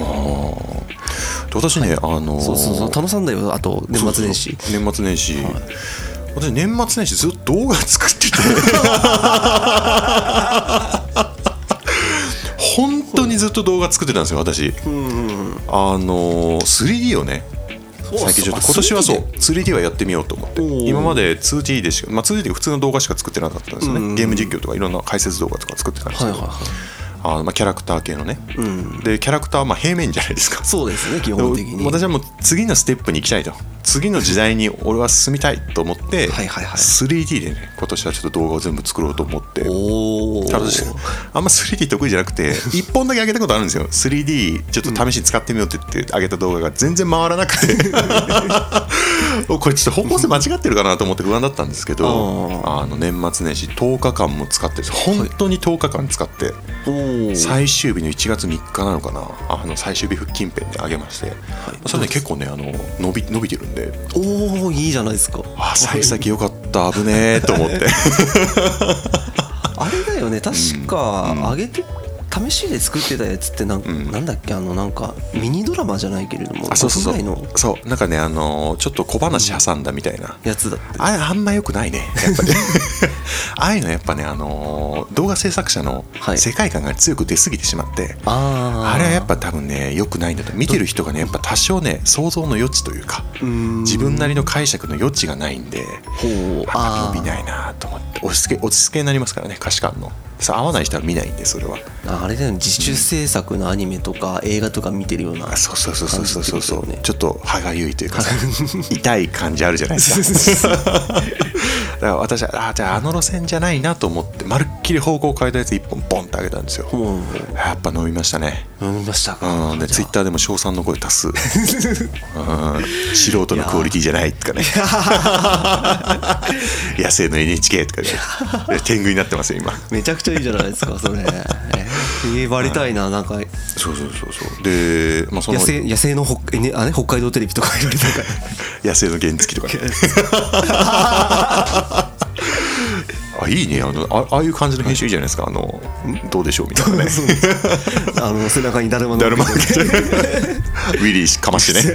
Speaker 1: あで私ね、あのー
Speaker 2: そうそうそう楽しんだよあと年末年始
Speaker 1: そうそう年末年始、私年末年始ずっと動画作
Speaker 2: <laughs>
Speaker 1: ってて本当にずっと動画作ってたんですよ私、あのー 3D をね最近ちょっと今年はそう 3D はやってみようと思って
Speaker 2: おー
Speaker 1: 今まで 2D でしか、まあ、2D って普通の動画しか作ってなかったんですよね、
Speaker 2: うん
Speaker 1: ゲーム実況とかいろんな解説動画とか作ってたんです
Speaker 2: はい
Speaker 1: け
Speaker 2: はい
Speaker 1: ど、
Speaker 2: は
Speaker 1: あのまあ、キャラクター系のね、
Speaker 2: いうん
Speaker 1: でキャラクターはまあ平面じゃないですか
Speaker 2: そうですね基
Speaker 1: で
Speaker 2: 本的に
Speaker 1: 私はもう次のステップに行きたいと次の時代に俺は進みたいと思って、
Speaker 2: はいはいはい
Speaker 1: 3D でね今年はちょっと動画を全部作ろうと思って
Speaker 2: おお
Speaker 1: ただ私あんま 3D 得意じゃなくて1本だけ上げたことあるんですよ 3D ちょっと試しに使ってみようって言って上げた動画が全然回らなく
Speaker 2: <laughs>
Speaker 1: ておこれちょっと方向性間違ってるかなと思って不安だったんですけどあの年末年始10日間も使って本当に10日間使って。
Speaker 2: おー
Speaker 1: 最終日の1月3日なのかなあの最終日付近辺で上げまして、それね結構ねあの伸び伸びてるんで
Speaker 2: おーいいじゃないですか
Speaker 1: あ幸先良かった危ねえと思って
Speaker 2: あれだよね確か
Speaker 1: うん
Speaker 2: 上げて試しで作ってたやつってなん,、
Speaker 1: ん
Speaker 2: なんだっけあのなんかミニドラマじゃないけれど
Speaker 1: <laughs>
Speaker 2: も
Speaker 1: あそう <laughs> そうそ
Speaker 2: 国内の
Speaker 1: うそうなんかねあのちょっと小話挟んだみたいな、
Speaker 2: やつだって
Speaker 1: あれあんま良くないねやっ <laughs> ぱりああいうのやっぱねあの動画制作者の
Speaker 2: はい
Speaker 1: 世界観が強く出過ぎてしまって、
Speaker 2: あー
Speaker 1: あれはやっぱ多分ね良くないんだと見てる人がねやっぱ多少ね想像の余地というか
Speaker 2: うーん
Speaker 1: 自分なりの解釈の余地がないんで
Speaker 2: ほう
Speaker 1: あ
Speaker 2: あ
Speaker 1: 伸びないなと思って落ち着け落ち着けになりますからね歌詞感のさ合わない人は見ないんでそれは
Speaker 2: ああれだよね自主制作のアニメとか映画とか見てるような
Speaker 1: あそうそうそうそうそうそうそう、
Speaker 2: 感じってことだよね
Speaker 1: ちょっと歯がゆいというかさ
Speaker 2: <laughs>
Speaker 1: 痛い感じあるじゃないですかだから私はあじゃああの路線じゃないなと思ってまるっきり方向を変えたやつ1本ボンってあげたんですよ
Speaker 2: ほう
Speaker 1: やっぱ伸びましたね
Speaker 2: 飲みましたか
Speaker 1: うんでツイッターでも称賛の声多数うん素人のクオリティじゃないとかね野生の NHK とかね天狗になってますよ今
Speaker 2: めちゃくちゃいいじゃないです
Speaker 1: <laughs>
Speaker 2: かそれえーえーバリたいななんか
Speaker 1: そうそうそうそうで、まあ、その
Speaker 2: 野
Speaker 1: 野
Speaker 2: 生
Speaker 1: 生
Speaker 2: 野生の北,え、ね、あね北海道テレビとか言われたから
Speaker 1: の原付と <laughs> かねあいいねあのあああいう感じの編集いいじゃないですかあのんどうでしょうみたい <laughs> なね <laughs>
Speaker 2: あの背中にだるまの
Speaker 1: だる <laughs>
Speaker 2: <laughs>
Speaker 1: まウィリーかまして <laughs> ね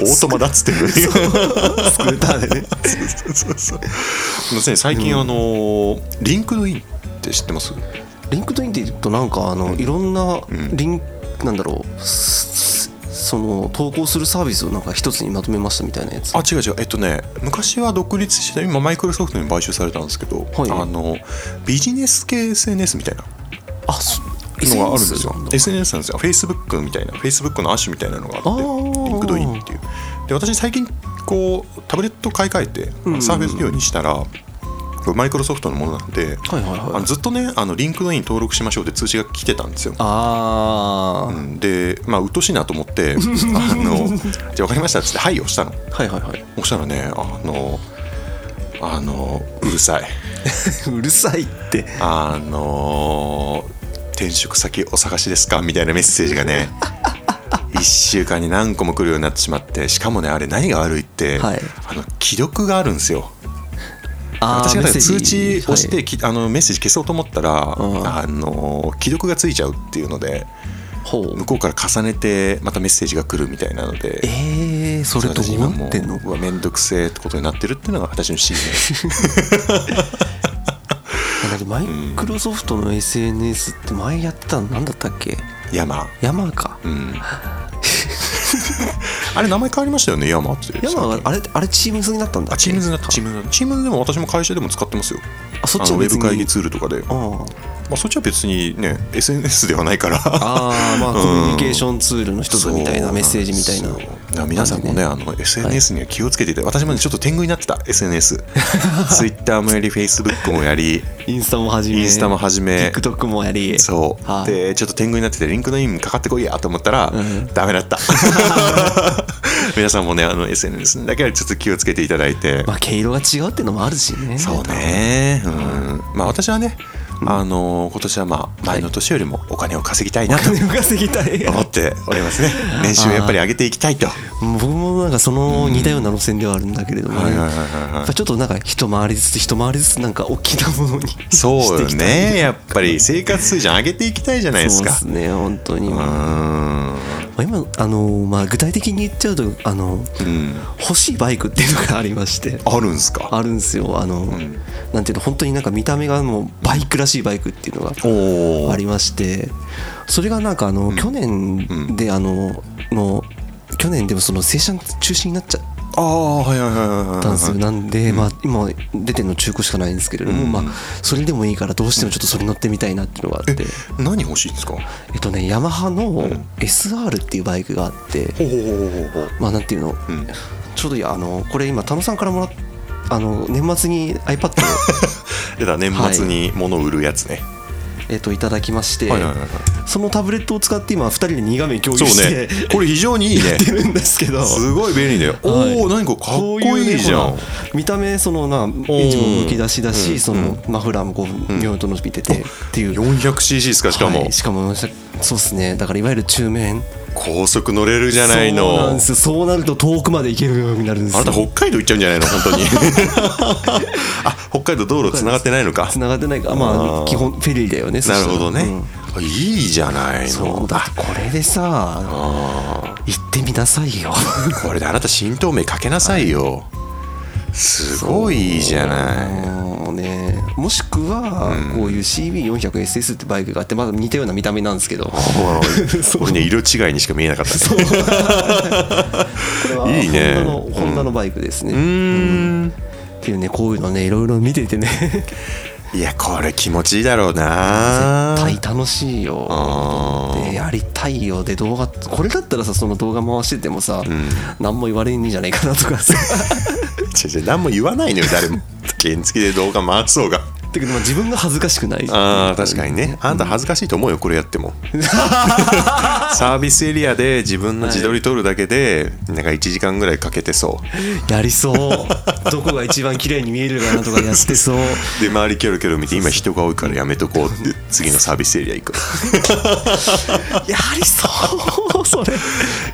Speaker 1: オートマだっつってる
Speaker 2: スクーターでね
Speaker 1: そうそうそうすいません最近、あのリンクドインって知ってます
Speaker 2: リンクトインって言うとなんかあのいろんなリンクなんだろうすその投稿するサービスをなんか一つにまとめましたみたいなやつ
Speaker 1: あ違う違うえっとね昔は独立して今マイクロソフトに買収されたんですけど、
Speaker 2: はい
Speaker 1: あのビジネス系 SNS みたいな
Speaker 2: あそ
Speaker 1: のがあるんですよ
Speaker 2: SNS。
Speaker 1: SNS なんですよ。Facebook みたいな、Facebook の亜種みたいなのがあって、
Speaker 2: あー
Speaker 1: LinkedIn っていう。で、私最近こうタブレット買い替えて、
Speaker 2: うんうん
Speaker 1: サーフェス用にしたら、マイクロソフトのものなんで、
Speaker 2: はいはいはい
Speaker 1: あのずっとね、あの LinkedIn 登録しましょうって通知が来てたんですよ。
Speaker 2: あ
Speaker 1: う
Speaker 2: ー
Speaker 1: んで、まあ鬱陶しいなと思っ
Speaker 2: <laughs>
Speaker 1: て、あのじゃあわかりましたっつってはい押したの。
Speaker 2: はいはいはい <laughs>
Speaker 1: 押したらね、あのあのうるさい。
Speaker 2: うるさいって
Speaker 1: あの転職先お探しですかみたいなメッセージが
Speaker 2: <laughs>
Speaker 1: ね1週間に何個も来るようになってしまってしかもねあれ何が悪いって、
Speaker 2: はい
Speaker 1: あの昨既読があるんですよ
Speaker 2: あー
Speaker 1: 私がだ
Speaker 2: メッ
Speaker 1: か
Speaker 2: セ
Speaker 1: ら
Speaker 2: ージ
Speaker 1: 通知押して、
Speaker 2: はい
Speaker 1: きあのメッセージ消そうと思ったら、
Speaker 2: うん
Speaker 1: あの既読がついちゃうっていうので
Speaker 2: ほ
Speaker 1: 向
Speaker 2: う
Speaker 1: こうから重ねてまたメッセージが来るみたいなので
Speaker 2: えー、それど
Speaker 1: 私
Speaker 2: う
Speaker 1: 今
Speaker 2: な
Speaker 1: も
Speaker 2: ってんの
Speaker 1: うわめんどくせえってことになってるっていうのが私の信念
Speaker 2: なんかマイクロソフトの SNS って前やってたの何だったっけ
Speaker 1: 山
Speaker 2: <laughs> 山か
Speaker 1: うん、あれ名前変わりましたよね山って
Speaker 2: 山は
Speaker 1: 最近
Speaker 2: あれあれチームズになったんだ
Speaker 1: あ
Speaker 2: っけ
Speaker 1: チームズになったチームズになったチームズでも私も会社でも使ってますよ
Speaker 2: あそっち
Speaker 1: あのウ
Speaker 2: は
Speaker 1: ェ
Speaker 2: 別
Speaker 1: ブ
Speaker 2: に
Speaker 1: 会議ツールとかで、ま
Speaker 2: あ
Speaker 1: あ、そっちは別にね SNS ではないから
Speaker 2: あーまあ
Speaker 1: うん
Speaker 2: コミュニケーションツールの一つみたいな
Speaker 1: そう
Speaker 2: メッセージみたいな
Speaker 1: そうだから皆さんもねあの SNS には気をつけてて、私もねちょっと天狗になってた
Speaker 2: <laughs>
Speaker 1: SNS ツイッターもやり Facebook もやり
Speaker 2: インスタも始め
Speaker 1: インスタも始め
Speaker 2: TikTok もやり
Speaker 1: そう、
Speaker 2: はい
Speaker 1: でちょっと天狗になっててリンクのインかかってこいやと思ったら、
Speaker 2: うん
Speaker 1: ダメだった <laughs> 皆さんもねあの SNS だけはちょっと気をつけていただいて、
Speaker 2: まあ毛色が違うってのもあるしね
Speaker 1: そうねうんまあ私はね、あの今年はまあ前の年よりもお金を稼ぎたい
Speaker 2: お
Speaker 1: なと
Speaker 2: 金を稼ぎたい
Speaker 1: 思っております
Speaker 2: <laughs>
Speaker 1: ね年収をやっぱり上げていきたいと
Speaker 2: 僕もなんかその似たような路線ではあるんだけれども
Speaker 1: は
Speaker 2: ね
Speaker 1: いはいは
Speaker 2: や
Speaker 1: いはいはい
Speaker 2: っぱちょっとなんか一回りずつ一回りずつなんか大きなものに
Speaker 1: <laughs> そうよ
Speaker 2: していきたい
Speaker 1: ねやっぱり生活水準上げていきたいじゃないです
Speaker 2: そう
Speaker 1: か
Speaker 2: ですね本当に、
Speaker 1: う
Speaker 2: ま
Speaker 1: ーん
Speaker 2: あ、今あのまあ具体的に言っちゃうとあの
Speaker 1: うん
Speaker 2: 欲しいバイクっていうのがありまして
Speaker 1: あるんすか
Speaker 2: あるんですよあの、
Speaker 1: ん
Speaker 2: なんていうの本当になんか見た目がもうバイクらしいバイクっていうのが
Speaker 1: おお
Speaker 2: ありましてそれがなんかあの、去年であのの去年でもその生産中止になっちゃっ
Speaker 1: ああはいはいはいはいはい
Speaker 2: たんですよなんで、まあ、今出てるの中古しかないんですけれども、
Speaker 1: うん
Speaker 2: まあ、それでもいいからどうしてもちょっとそれ乗ってみたいなっていうのがあって、
Speaker 1: 何欲しいんですか
Speaker 2: えっとねヤマハの
Speaker 1: ん
Speaker 2: SR っていうバイクがあって、
Speaker 1: ほうほうほうほうほう
Speaker 2: まあなんていうの、
Speaker 1: ん
Speaker 2: ちょうどいいあのこれ今田野さんからもらっあの年末に iPad を
Speaker 1: だから年末に物を売るやつね、
Speaker 2: えっといただきまして、
Speaker 1: はい、はいはいはい
Speaker 2: そのタブレットを使って今2人で2画面共
Speaker 1: そ
Speaker 2: 有
Speaker 1: う
Speaker 2: して
Speaker 1: ね、これ非常にいい
Speaker 2: <laughs>
Speaker 1: ね
Speaker 2: やってるんですけど。
Speaker 1: すごい便利だよおお、
Speaker 2: はい
Speaker 1: 何かかっ
Speaker 2: こ
Speaker 1: こ
Speaker 2: ういうね
Speaker 1: いいじゃん
Speaker 2: ほら見た目そのなエンジンもむき出しだし、
Speaker 1: うん
Speaker 2: そのマフラーもこうニョンと伸びててっていう、
Speaker 1: 400cc ですかしかも、
Speaker 2: はいしかもそうですねだからいわゆる中面
Speaker 1: 高速乗れるじゃないの
Speaker 2: そうなんですよそうなると遠くまで行けるようになるんです
Speaker 1: あ
Speaker 2: よ
Speaker 1: なた北海道行っちゃうんじゃないの本当
Speaker 2: <laughs>
Speaker 1: にあ北海道道路つながってないのか
Speaker 2: 繋がってないかま
Speaker 1: あ
Speaker 2: あ
Speaker 1: ー
Speaker 2: 基本フェリーだよねそ
Speaker 1: な
Speaker 2: し
Speaker 1: る
Speaker 2: たら
Speaker 1: ほどね、
Speaker 2: うん
Speaker 1: いいじゃないの
Speaker 2: そうだこれでさ
Speaker 1: あ
Speaker 2: 行ってみなさいよ
Speaker 1: ーこれであなた新透明かけなさいよ、すごいいいじゃない
Speaker 2: もうねもしくはこういう CB400SS ってバイクがあってまだ似たような見た目なんですけど
Speaker 1: <laughs> 俺ね色違いにしか見えなかったね
Speaker 2: そうこれはホ
Speaker 1: いいね
Speaker 2: ンダの
Speaker 1: うん
Speaker 2: ホンダのバイクですね、
Speaker 1: うーん
Speaker 2: っていうねこういうのねいろいろ見ててね
Speaker 1: いやこれ気持ちいいだろうな
Speaker 2: 絶対楽しいよ
Speaker 1: あー
Speaker 2: でやりたいよで動画これだったらさその動画回しててもさ、何も言われんじゃないかなとか
Speaker 1: <laughs>
Speaker 2: さ
Speaker 1: 違う違う何も言わないのよ誰も <laughs> 原付で動画回そうが
Speaker 2: てかまあ自分が恥ずかしくない
Speaker 1: あー確かにねあんた恥ずかしいと思うよこれやって
Speaker 2: <laughs>
Speaker 1: もサービスエリアで自分の自撮り撮るだけでなんか1時間ぐらいかけてそう
Speaker 2: やりそうどこが一番綺麗に見えるかなとかやって
Speaker 1: <laughs>
Speaker 2: そう
Speaker 1: で周りキョロキョロ見て今人が多いからやめとこうって次のサービスエリア行く
Speaker 2: やりそうそ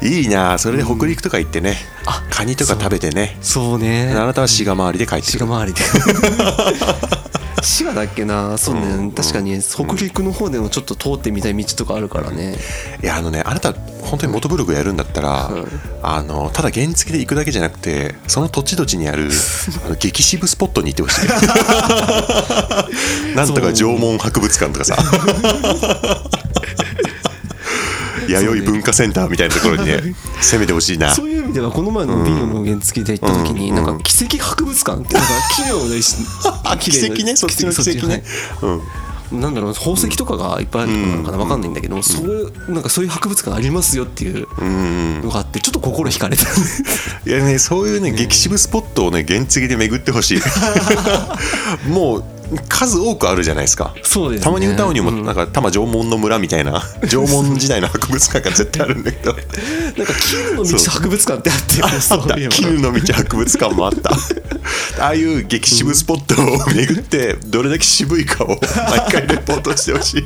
Speaker 2: れ
Speaker 1: いいなあそれで北陸とか行ってね、カニとか食べてね
Speaker 2: そうね
Speaker 1: あなたは滋賀周りで帰
Speaker 2: <laughs>
Speaker 1: って
Speaker 2: 滋
Speaker 1: く
Speaker 2: 賀
Speaker 1: る
Speaker 2: 周りで滋賀だっけなそうね、確かに北陸の方でもちょっと通ってみたい道とかあるからね、
Speaker 1: いやあのねあなた本当にモトブログやるんだったら、
Speaker 2: うん
Speaker 1: あのただ原付で行くだけじゃなくてその土地土地にあ <laughs> るあの激渋スポットに行ってほし <laughs> いなんとか縄文博物館とか <laughs> さ弥生文化センターみたいなところにね攻めてほしいな
Speaker 2: そういう意味ではこの前のビールの原付で行った時に、
Speaker 1: うん
Speaker 2: なんか奇跡博物館ってなんか奇妙でし
Speaker 1: あ奇跡ねそっちの奇跡ね、うん
Speaker 2: <laughs> なんだろう宝石とかがいっぱいあるのかな分かんないんだけど、そういうなんかそういう博物館ありますよっていう
Speaker 1: うん
Speaker 2: のがあってちょっと心惹かれ
Speaker 1: <laughs>
Speaker 2: た
Speaker 1: いやねそういうね激渋スポットをね原付で巡ってほ <laughs> しいもう数多くあるじゃないですか
Speaker 2: そうですね
Speaker 1: たまに歌うにもなんか多摩縄文の村みたい
Speaker 2: <laughs>
Speaker 1: な縄文時代の博物館が絶対あるんだけど
Speaker 2: なんか絹の道博物館ってあ
Speaker 1: <laughs>
Speaker 2: ってそういえば
Speaker 1: 絹の道博物館もあったああいう激渋スポットを巡ってどれだけ渋いかを毎回レポートしてほ
Speaker 2: <laughs>
Speaker 1: しい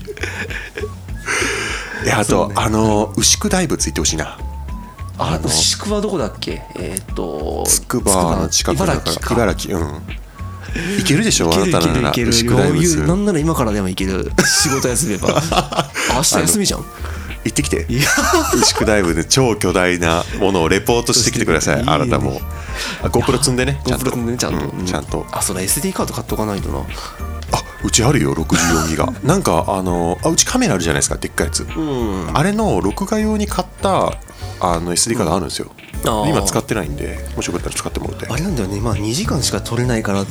Speaker 1: いやあと、あの牛久大仏行ってほしいな
Speaker 2: あ
Speaker 1: あの
Speaker 2: 牛久はどこだっけえーっと
Speaker 1: つくばの近くだ
Speaker 2: 茨
Speaker 1: か
Speaker 2: 城
Speaker 1: ら
Speaker 2: か
Speaker 1: 茨城うんいけるでしょ
Speaker 2: いけるい
Speaker 1: あなたなら
Speaker 2: けるいけ
Speaker 1: 牛
Speaker 2: る
Speaker 1: 久大
Speaker 2: 余
Speaker 1: 仏
Speaker 2: 裕なんなら今からでもいける仕事休め
Speaker 1: <laughs>
Speaker 2: ば明日休みじゃん
Speaker 1: 行ってきて
Speaker 2: いや
Speaker 1: 牛久大仏で超巨大なものをレポートしてきてください
Speaker 2: いいね
Speaker 1: あなたもあ GoPro 積んでねちゃんと
Speaker 2: GoPro 積んでねちゃんと
Speaker 1: う
Speaker 2: うん
Speaker 1: ちゃんと
Speaker 2: あそれ SD カード買っとかないとな
Speaker 1: あうちあるよ64ギガ
Speaker 2: <laughs>
Speaker 1: なんかあのあうちカメラあるじゃないですかでっかいやつ
Speaker 2: うん
Speaker 1: あれの録画用に買ったあの SD カードあるんですよ、
Speaker 2: あー
Speaker 1: 今使ってないんでもしよかったら使ってもらって
Speaker 2: あれなんだよね、まあ、2時間しか取れないからな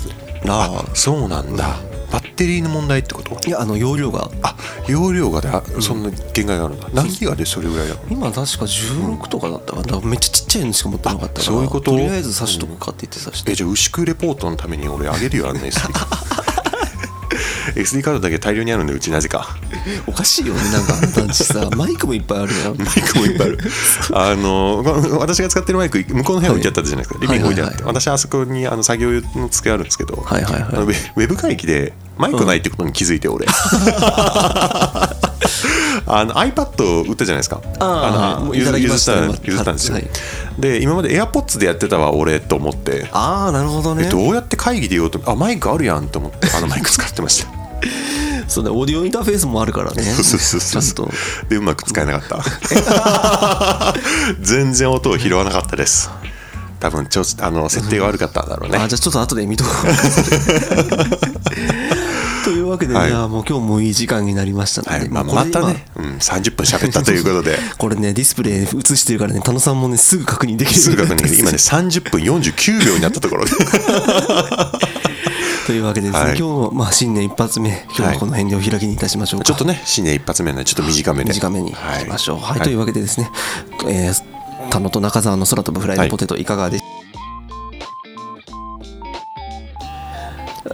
Speaker 1: あそうなんだ、バッテリーの問題ってこと
Speaker 2: いやあの容量が
Speaker 1: あ容量がであそんな限界があるんだ、何ギガでそれぐらいなの
Speaker 2: 今確か16とかだったかなだからめっちゃちっちゃいのしか持ってなかったから
Speaker 1: あそういうこと
Speaker 2: りあえず差しとくかって言って差し
Speaker 1: え
Speaker 2: て
Speaker 1: じゃあ牛久レポートのために俺あげるよあんな SD カ
Speaker 2: <laughs>
Speaker 1: ード SD カードだけ大量にあるんでうちなぜか
Speaker 2: おかしいよね <laughs> なんかあんたんちさマイクもい <laughs> っぱいあるじゃんマイ
Speaker 1: <laughs> マイクもいっぱいあるあのこ私が使ってるマイク向こうの部屋置いてあったじゃないですか、
Speaker 2: はい
Speaker 1: リビング置いてあって、
Speaker 2: はいはい
Speaker 1: 私あそこにあの作業用の机あるんですけど、
Speaker 2: はいはいはい
Speaker 1: あのウェウェブ会議でマイクないってことに気づいて俺、 <laughs> あの iPad を売ったじゃないですか
Speaker 2: あー
Speaker 1: の
Speaker 2: もうい
Speaker 1: 譲
Speaker 2: ただきま
Speaker 1: 譲っ
Speaker 2: した
Speaker 1: た
Speaker 2: 今
Speaker 1: 譲ったんですよ、
Speaker 2: はい
Speaker 1: で今まで AirPods でやってたわ俺と思って
Speaker 2: ああなるほどね、
Speaker 1: えどうやって会議で言おうとあマイクあるやんと思ってあのマイク使ってました
Speaker 2: <laughs> そうねオーディオインターフェースもあるからね
Speaker 1: そうそうそうそう
Speaker 2: ちゃんと
Speaker 1: でうまく使えなかった
Speaker 2: <laughs>
Speaker 1: 全然音を拾わなかったです多分ちょあの設定が悪かったんだろうね
Speaker 2: あじゃあちょっと後で見とこう
Speaker 1: <laughs>
Speaker 2: というわけで、
Speaker 1: はい
Speaker 2: い、やもう今日もいい時間になりましたので、
Speaker 1: はいまあ、
Speaker 2: こ
Speaker 1: ま
Speaker 2: れ
Speaker 1: たね、うん、30分喋ったという
Speaker 2: <laughs>
Speaker 1: ことで
Speaker 2: 今これねディスプレイ映してるからね田野さんもねすぐ確認できる
Speaker 1: すぐ確認できる今ね
Speaker 2: す
Speaker 1: 30分49秒になったところ
Speaker 2: <laughs>
Speaker 1: で
Speaker 2: というわけでですね、
Speaker 1: はい
Speaker 2: 今日もまあ新年一発目今日はこの辺でお開きにいたしましょうか、
Speaker 1: ちょっとね新年一発目のちょっと短めで
Speaker 2: 短めにい
Speaker 1: はい
Speaker 2: きましょうはい、
Speaker 1: はい
Speaker 2: というわけでですね、えー田野と中澤の空飛ぶフライドポテトいかがでし、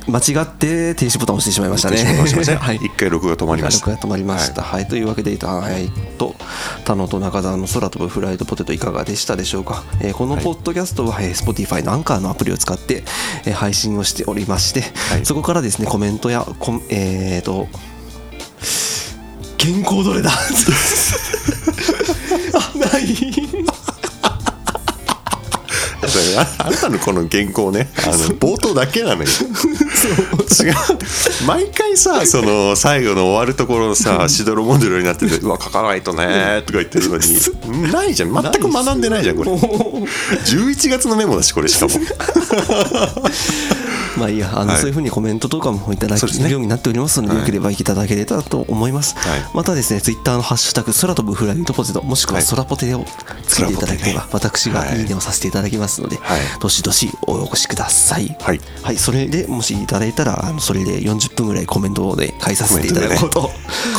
Speaker 2: 間違って停止ボタンを押してしまいましたね
Speaker 1: 失礼しました
Speaker 2: <laughs> は
Speaker 1: はいい、一回録画止まりました
Speaker 2: 録画止まりました。はい、というわけで、はい、と、田野と中澤の空飛ぶフライドポテトいかがでしたでしょうか。えーこのポッドキャストは、えー Spotify のアンカーのアプリを使って、えー配信をしておりまして、
Speaker 1: はい
Speaker 2: そこからですね、コメントや、コンえーと、健康
Speaker 1: <laughs>
Speaker 2: どれだ <laughs> あ、ない。
Speaker 1: <laughs> それああなたのこの原稿ねあの冒頭だけなのよ違う毎回さその最後の終わるところさしどろもどろになってて「うわ書かないとね」とか言ってるの
Speaker 2: <laughs>
Speaker 1: にないじゃん全く学んでないじゃんこれ11月のメモだしこれ
Speaker 2: <laughs>
Speaker 1: しかも
Speaker 2: まあいいや、あの、
Speaker 1: はい
Speaker 2: そういうふうにコメントとかもいただ
Speaker 1: そう
Speaker 2: け
Speaker 1: ですね
Speaker 2: るようになっておりますので、
Speaker 1: はい
Speaker 2: よければいただければと思います。
Speaker 1: はい
Speaker 2: またですね、ツイッターのハッシュタグ、空飛ぶフライトポテト、もしくは
Speaker 1: はい
Speaker 2: 空ポテをつけていただければ、
Speaker 1: 空
Speaker 2: 私が
Speaker 1: はい
Speaker 2: いいねをさせていただきますので、
Speaker 1: はい
Speaker 2: どしどしお越しください。
Speaker 1: はい
Speaker 2: それで、もしいただいたら、あのそれで40分ぐらいコメントで返させていただこうと。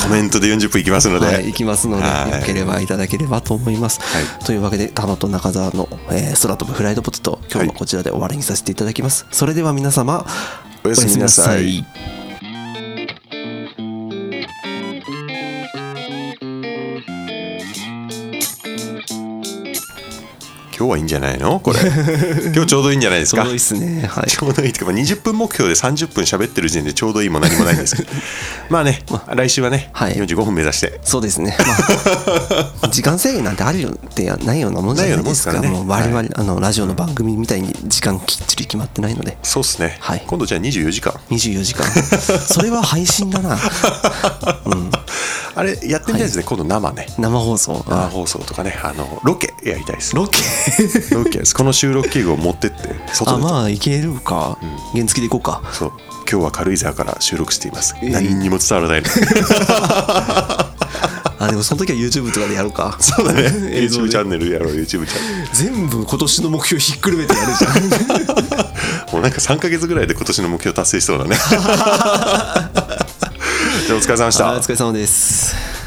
Speaker 1: コメントで40分いきますので、
Speaker 2: はい、いきますので、
Speaker 1: はい
Speaker 2: よければいただければと思います。
Speaker 1: は
Speaker 2: というわけで、田野と中澤の、えー空飛ぶフライドポテト、今日もこちらで終わりにさせていただきます。それでは皆様、
Speaker 1: おやすみなさい
Speaker 2: おやすみな。
Speaker 1: 今日はいいんじゃないの
Speaker 2: <laughs>
Speaker 1: これ今日ちょうどいいんじゃないです
Speaker 2: ちょう
Speaker 1: か
Speaker 2: どいいっすね。はい。
Speaker 1: ちょうどいいというか、まあ、20分目標で30分喋ってる時点でちょうどいいも何もないんです
Speaker 2: <laughs>
Speaker 1: けどまあね、来週はね、
Speaker 2: はい
Speaker 1: 45分目指して
Speaker 2: そうですね。ま
Speaker 1: <laughs>
Speaker 2: あ、時間制限なんてあるよってないようなもんじゃないですか。
Speaker 1: ないような
Speaker 2: も
Speaker 1: もん
Speaker 2: う
Speaker 1: ですから
Speaker 2: 我
Speaker 1: ね
Speaker 2: 々、あのラジオの番組みたいに時間きっちり決まってないので。
Speaker 1: そうっすね、
Speaker 2: はい
Speaker 1: 今度じゃあ24時間
Speaker 2: 24時間
Speaker 1: <laughs>
Speaker 2: それは配信だな
Speaker 1: <laughs> あれやってみたいですね、今度生ね
Speaker 2: 生放送
Speaker 1: 生放送とかねあのロケやりたいです
Speaker 2: ロケ
Speaker 1: ロケですこの収録器具を持ってって外
Speaker 2: あ
Speaker 1: <laughs> で、
Speaker 2: まあいけるか、原付で行こうか
Speaker 1: そう今日は軽井沢から収録しています、
Speaker 2: えー
Speaker 1: 何にも伝わらない
Speaker 2: あでもその時は YouTube とかでやろうか
Speaker 1: そうだね <laughs>
Speaker 2: 映像
Speaker 1: YouTube
Speaker 2: で
Speaker 1: チャンネルやろう YouTube チャンネル
Speaker 2: 全部今年の目標ひっくるめてやるじゃん
Speaker 1: もうなんか3か月ぐらいで今年の目標達成しそうだねじゃあお疲れ様でした
Speaker 2: あお疲れ様です